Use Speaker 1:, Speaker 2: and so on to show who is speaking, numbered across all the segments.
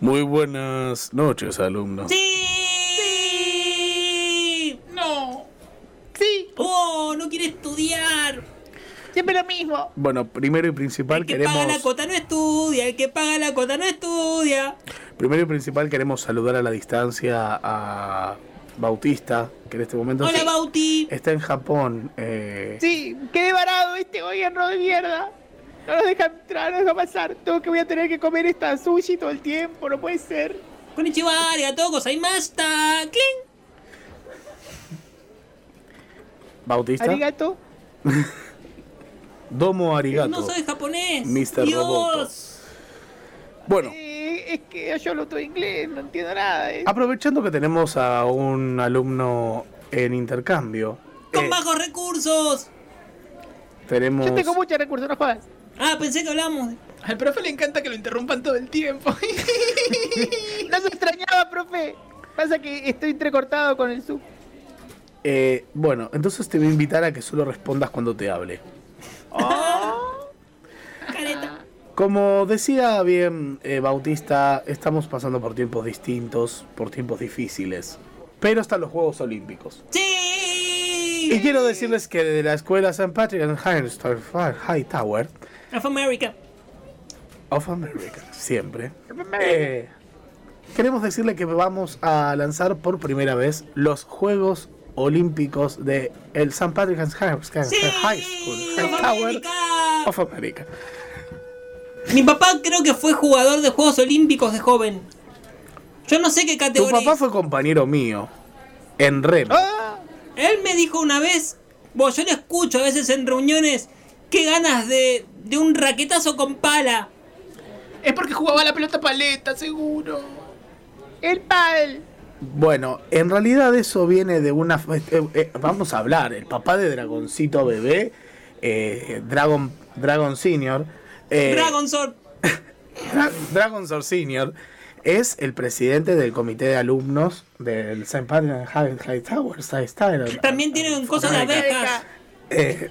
Speaker 1: Muy buenas noches, alumnos.
Speaker 2: ¡Sí! ¡No!
Speaker 3: Sí,
Speaker 2: ¡Oh, no quiere estudiar!
Speaker 3: siempre lo mismo.
Speaker 1: Bueno, primero y principal
Speaker 2: El que paga la
Speaker 1: queremos
Speaker 2: cuota no estudia, el que paga la cuota no estudia.
Speaker 1: primero y principal queremos saludar a la distancia a Bautista, que en este momento
Speaker 2: Hola,
Speaker 1: se-
Speaker 2: Bauti.
Speaker 1: está en Japón. eh,
Speaker 3: Sí, quedé varado este gobierno de mierda. No nos deja entrar, no nos deja pasar. Tengo que voy a tener que comer esta sushi todo el tiempo, no puede ser.
Speaker 2: Con Echevarga, Tocos, hay más. ¡Cling!
Speaker 1: Bautista,
Speaker 3: Arigato.
Speaker 1: Domo Arigato.
Speaker 2: No soy japonés.
Speaker 1: Mr.
Speaker 2: Dios.
Speaker 1: Bueno,
Speaker 3: Eh, es que yo hablo todo inglés, no entiendo nada.
Speaker 1: Ah,
Speaker 3: eh.
Speaker 1: aprovechando que tenemos a un alumno en intercambio,
Speaker 2: Con
Speaker 1: eh,
Speaker 2: bajos recursos.
Speaker 1: tenemos...
Speaker 3: Yo tengo muchos recursos, no jodas.
Speaker 2: Ah, pensé que hablamos. de-
Speaker 4: Al profe le encanta que lo interrumpan todo el tiempo.
Speaker 3: No se extrañaba, profe. Pasa que estoy entrecortado con el sub.
Speaker 1: eh, bueno, entonces te voy a invitar a que solo respondas cuando te hable.
Speaker 2: Careta.
Speaker 1: Como decía bien eh, Bautista, estamos pasando por tiempos distintos, por tiempos difíciles. Pero están los Juegos Olímpicos. Y
Speaker 2: ¡Sí!
Speaker 1: quiero decirles que de la escuela St. Patrick and High Tower
Speaker 2: Of America.
Speaker 1: of America, siempre, eh, queremos decirle que vamos a lanzar por primera vez los Juegos Olímpicos de el St. Patrick and
Speaker 2: ¡Sí!
Speaker 1: High School, High
Speaker 2: Of
Speaker 1: Tower
Speaker 2: America.
Speaker 1: of America.
Speaker 2: Mi papá creo que fue jugador de Juegos Olímpicos de joven. Yo no sé qué
Speaker 1: Tu
Speaker 2: categoría.
Speaker 1: papá fue compañero mío en remo.
Speaker 3: Ah,
Speaker 2: Él me dijo una vez, vos, yo lo escucho a veces en reuniones, qué ganas de, de un raquetazo con pala.
Speaker 4: es porque jugaba a la pelota paleta, seguro.
Speaker 3: el pal.
Speaker 1: Bueno, en realidad eso viene de una... eh, eh, vamos a hablar, el papá de Dragoncito Bebé, eh, Dragon, Dragon Senior, eh,
Speaker 2: Dragon Sword.
Speaker 1: Dra- Dragon Sword Senior, es el presidente del comité de alumnos del St. Patrick High, High Tower, High Tower.
Speaker 2: También tienen cosas de
Speaker 1: America.
Speaker 2: abejas.
Speaker 1: Eh,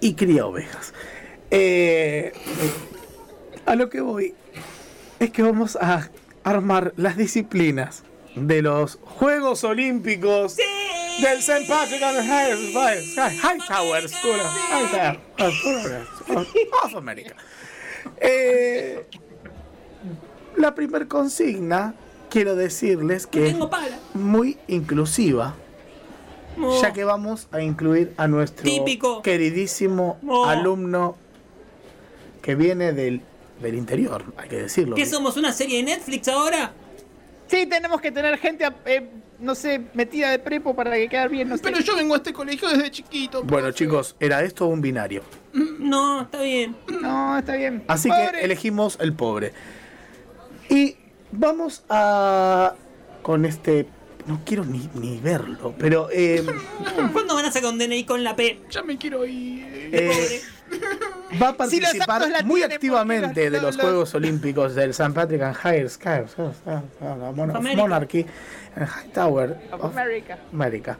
Speaker 1: y cría ovejas. Eh, a lo que voy es que vamos a armar las disciplinas de los Juegos Olímpicos del St. Patrick and High, High, High Tower School of, High Tower Ah, of- of America. Eh, la primer consigna, quiero decirles que es
Speaker 2: Tengo pala.
Speaker 1: muy inclusiva
Speaker 2: Oh,
Speaker 1: ya que vamos a incluir a nuestro
Speaker 2: Típico.
Speaker 1: queridísimo
Speaker 2: Oh.
Speaker 1: alumno que viene del, del interior, hay que decirlo.
Speaker 2: ¿Qué somos? ¿Una serie de Netflix ahora?
Speaker 3: Sí, tenemos que tener gente, eh, no sé, metida de prepo para que quedar bien, no sé.
Speaker 4: Pero yo vengo a este colegio desde chiquito.
Speaker 1: Bueno
Speaker 4: profe.
Speaker 1: chicos, era esto un binario.
Speaker 2: No, está bien.
Speaker 3: No, está bien.
Speaker 1: Así que
Speaker 3: Pobre.
Speaker 1: elegimos el pobre. Y vamos a... con este... No quiero ni, ni verlo, pero... eh,
Speaker 2: ¿Cuándo van a sacar un DNI con la P?
Speaker 4: Ya me quiero ir.
Speaker 1: eh, va a
Speaker 3: Si los aptos
Speaker 1: participar
Speaker 3: la
Speaker 1: muy
Speaker 3: tienen, ¿por
Speaker 1: activamente de
Speaker 3: qué los-
Speaker 1: los
Speaker 3: los-
Speaker 1: Juegos Olímpicos del St. Patrick and Higher Sky, Mon-
Speaker 2: América.
Speaker 1: Monarchy, and High Tower
Speaker 3: Of
Speaker 1: of
Speaker 3: America.
Speaker 1: América.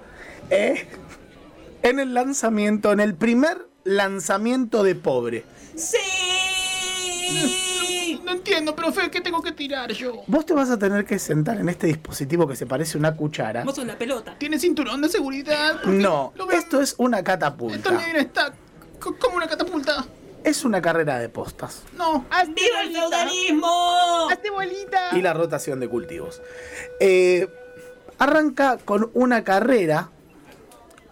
Speaker 1: Eh, en el lanzamiento, en el primer lanzamiento de pobre.
Speaker 2: ¡Sí!
Speaker 1: Mm.
Speaker 4: No entiendo, profe, ¿qué tengo que tirar yo?
Speaker 1: Vos te vas a tener que sentar en este dispositivo que se parece a una cuchara.
Speaker 2: Vos sos la pelota.
Speaker 4: ¿Tiene cinturón de seguridad? Porque
Speaker 1: No,
Speaker 4: lo veo-
Speaker 1: esto es una catapulta.
Speaker 4: También está co- como una catapulta.
Speaker 1: Es una carrera de postas.
Speaker 4: No.
Speaker 3: Hazte
Speaker 2: ¡Viva el
Speaker 3: bolita.
Speaker 2: feudalismo!
Speaker 3: ¡Hazte bolita!
Speaker 1: Y la rotación de cultivos. Eh, arranca con una carrera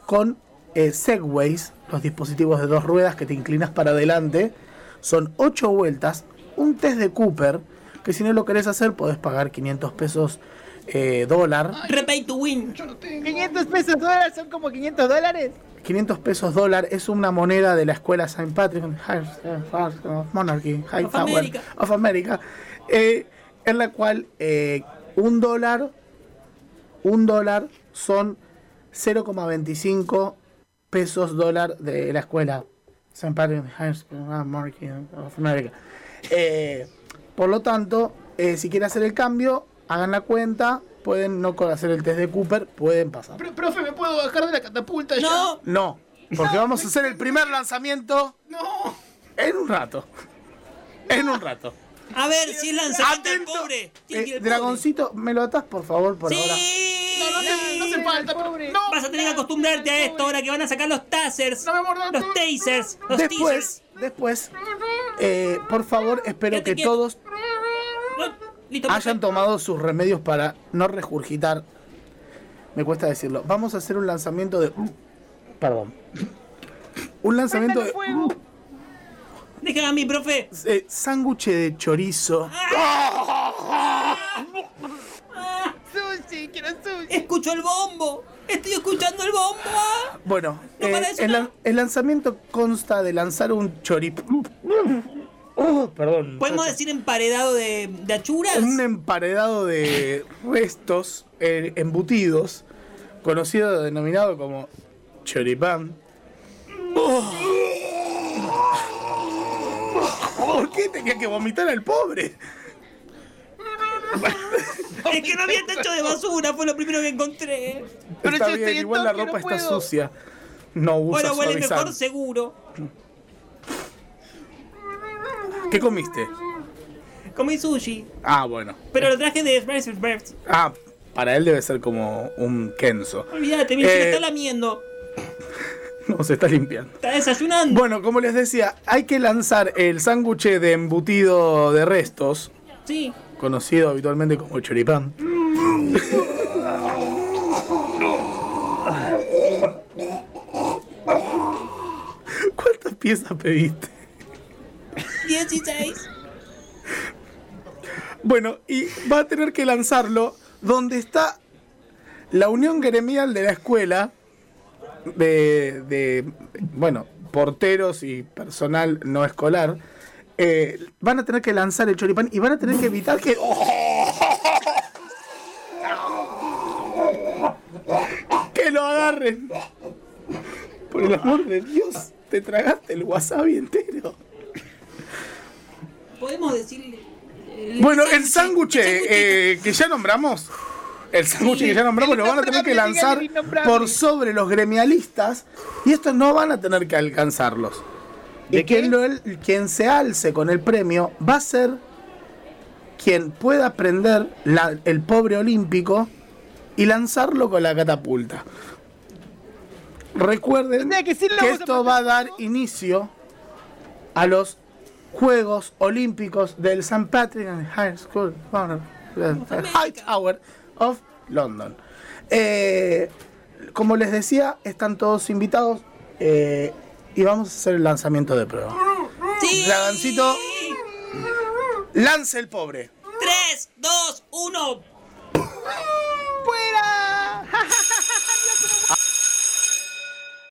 Speaker 1: con eh, segways, los dispositivos de dos ruedas que te inclinas para adelante. Son ocho vueltas, un test de Cooper, que si no lo querés hacer podés pagar 500 pesos eh, dólar.
Speaker 2: Repay to win.
Speaker 4: Yo no tengo.
Speaker 3: 500 pesos dólares son como 500 dólares.
Speaker 1: 500 pesos dólar es una moneda de la escuela St. Patrick, High- of Monarchy, High
Speaker 2: Of
Speaker 1: Tower
Speaker 2: America.
Speaker 1: of America, eh, en la cual eh, un dólar, un dólar son 0,25 pesos dólar de la escuela St. Patrick, High of Monarchy of America. Eh, por lo tanto, eh, si quieren hacer el cambio, hagan la cuenta, pueden no hacer el test de Cooper, pueden pasar.
Speaker 4: Pro- profe, ¿me puedo bajar de la catapulta ya?
Speaker 2: No,
Speaker 1: No, porque vamos a hacer el primer lanzamiento
Speaker 4: No.
Speaker 1: en un rato. En un rato.
Speaker 2: A ver, si es lanzamiento el
Speaker 1: Atento.
Speaker 2: pobre. Tiene que ir
Speaker 1: Eh,
Speaker 2: el
Speaker 1: dragoncito, ¿me lo atás, por favor, por
Speaker 2: pobre.
Speaker 1: ahora?
Speaker 2: Sí.
Speaker 4: No, no, hace- no hace
Speaker 3: Pobre,
Speaker 4: falta.
Speaker 3: pobre.
Speaker 4: No,
Speaker 2: Vas a tener que acostumbrarte a esto ahora que van a sacar los tasers,
Speaker 4: No me mordas,
Speaker 2: los
Speaker 4: no,
Speaker 2: tasers, los
Speaker 1: Después,
Speaker 2: teasers.
Speaker 1: después, eh, por favor, espero
Speaker 2: Quédate
Speaker 1: que
Speaker 2: quieto.
Speaker 1: todos
Speaker 2: Bueno, Listo.
Speaker 1: hayan tomado sus remedios para no regurgitar. Me cuesta decirlo. Vamos a hacer un lanzamiento de. Perdón. Un lanzamiento de.
Speaker 3: fuego.
Speaker 2: Dejen a mí, profe.
Speaker 1: eh, sándwich de chorizo.
Speaker 3: Sushi, quiero sushi.
Speaker 2: Escucho el bombo. Estoy escuchando el bombo. Ah,
Speaker 1: Bueno,
Speaker 2: No,
Speaker 1: eh,
Speaker 2: para eso
Speaker 1: el,
Speaker 2: no.
Speaker 1: lan- el lanzamiento consta de lanzar un chorip. Oh, perdón.
Speaker 2: Podemos
Speaker 1: muchacho.
Speaker 2: decir emparedado de, de achuras.
Speaker 1: un emparedado de restos eh, embutidos, conocido denominado como choripán. Oh. ¿Por qué Oh, tenía que vomitar al pobre?
Speaker 2: Es que no había techo de basura, fue lo primero que encontré.
Speaker 3: Pero
Speaker 1: está
Speaker 3: yo estoy
Speaker 1: bien,
Speaker 3: en
Speaker 1: igual la
Speaker 3: Tokio,
Speaker 1: ropa
Speaker 3: no
Speaker 1: está
Speaker 3: puedo.
Speaker 1: sucia. No usa
Speaker 2: Bueno, huele
Speaker 1: suavizante.
Speaker 2: mejor seguro.
Speaker 1: ¿Qué comiste?
Speaker 2: Comí sushi.
Speaker 1: Ah, bueno.
Speaker 2: Pero lo traje de Smash Birds.
Speaker 1: Ah, para él debe ser como un kenzo.
Speaker 2: Olvídate, mira, se
Speaker 1: Eh.
Speaker 2: lo está lamiendo.
Speaker 1: No, se está limpiando.
Speaker 2: Está desayunando.
Speaker 1: Bueno, como les decía, hay que lanzar el sándwich de embutido de restos,
Speaker 2: Sí.
Speaker 1: conocido habitualmente como choripán. ¿Cuántas piezas pediste?
Speaker 2: 16.
Speaker 1: Bueno, y va a tener que lanzarlo donde está la unión gremial de la escuela de, de, bueno, porteros y personal no escolar. Eh, van a tener que lanzar el choripán y van a tener que evitar que... ¡Que lo agarren! Por el amor de Dios, te tragaste el wasabi entero.
Speaker 2: Podemos decirle. eh, el
Speaker 1: Bueno, el
Speaker 2: sándwich-
Speaker 1: sándwich
Speaker 2: el sándwich que-
Speaker 1: eh, que ya nombramos, el sándwich
Speaker 2: Sí,
Speaker 1: que ya nombramos,
Speaker 3: el
Speaker 1: lo van a tener que
Speaker 3: innombrable,
Speaker 1: lanzar
Speaker 3: digan el innombrable.
Speaker 1: por sobre los gremialistas y estos no van a tener que alcanzarlos. Y
Speaker 3: ¿De qué?
Speaker 1: quien, lo- el- quien se alce con el premio va a ser quien pueda prender la- el pobre olímpico y lanzarlo con la catapulta. Recuerden
Speaker 3: O sea, que sí lo
Speaker 1: que
Speaker 3: vamos a
Speaker 1: esto va a dar
Speaker 3: poner,
Speaker 1: inicio a los Juegos Olímpicos del St. Patrick and High School Honor- High Tower of London. Eh, como les decía, están todos invitados eh, y vamos a hacer el lanzamiento de prueba.
Speaker 2: Sí.
Speaker 1: Dragoncito. Lance el pobre.
Speaker 2: 3, 2,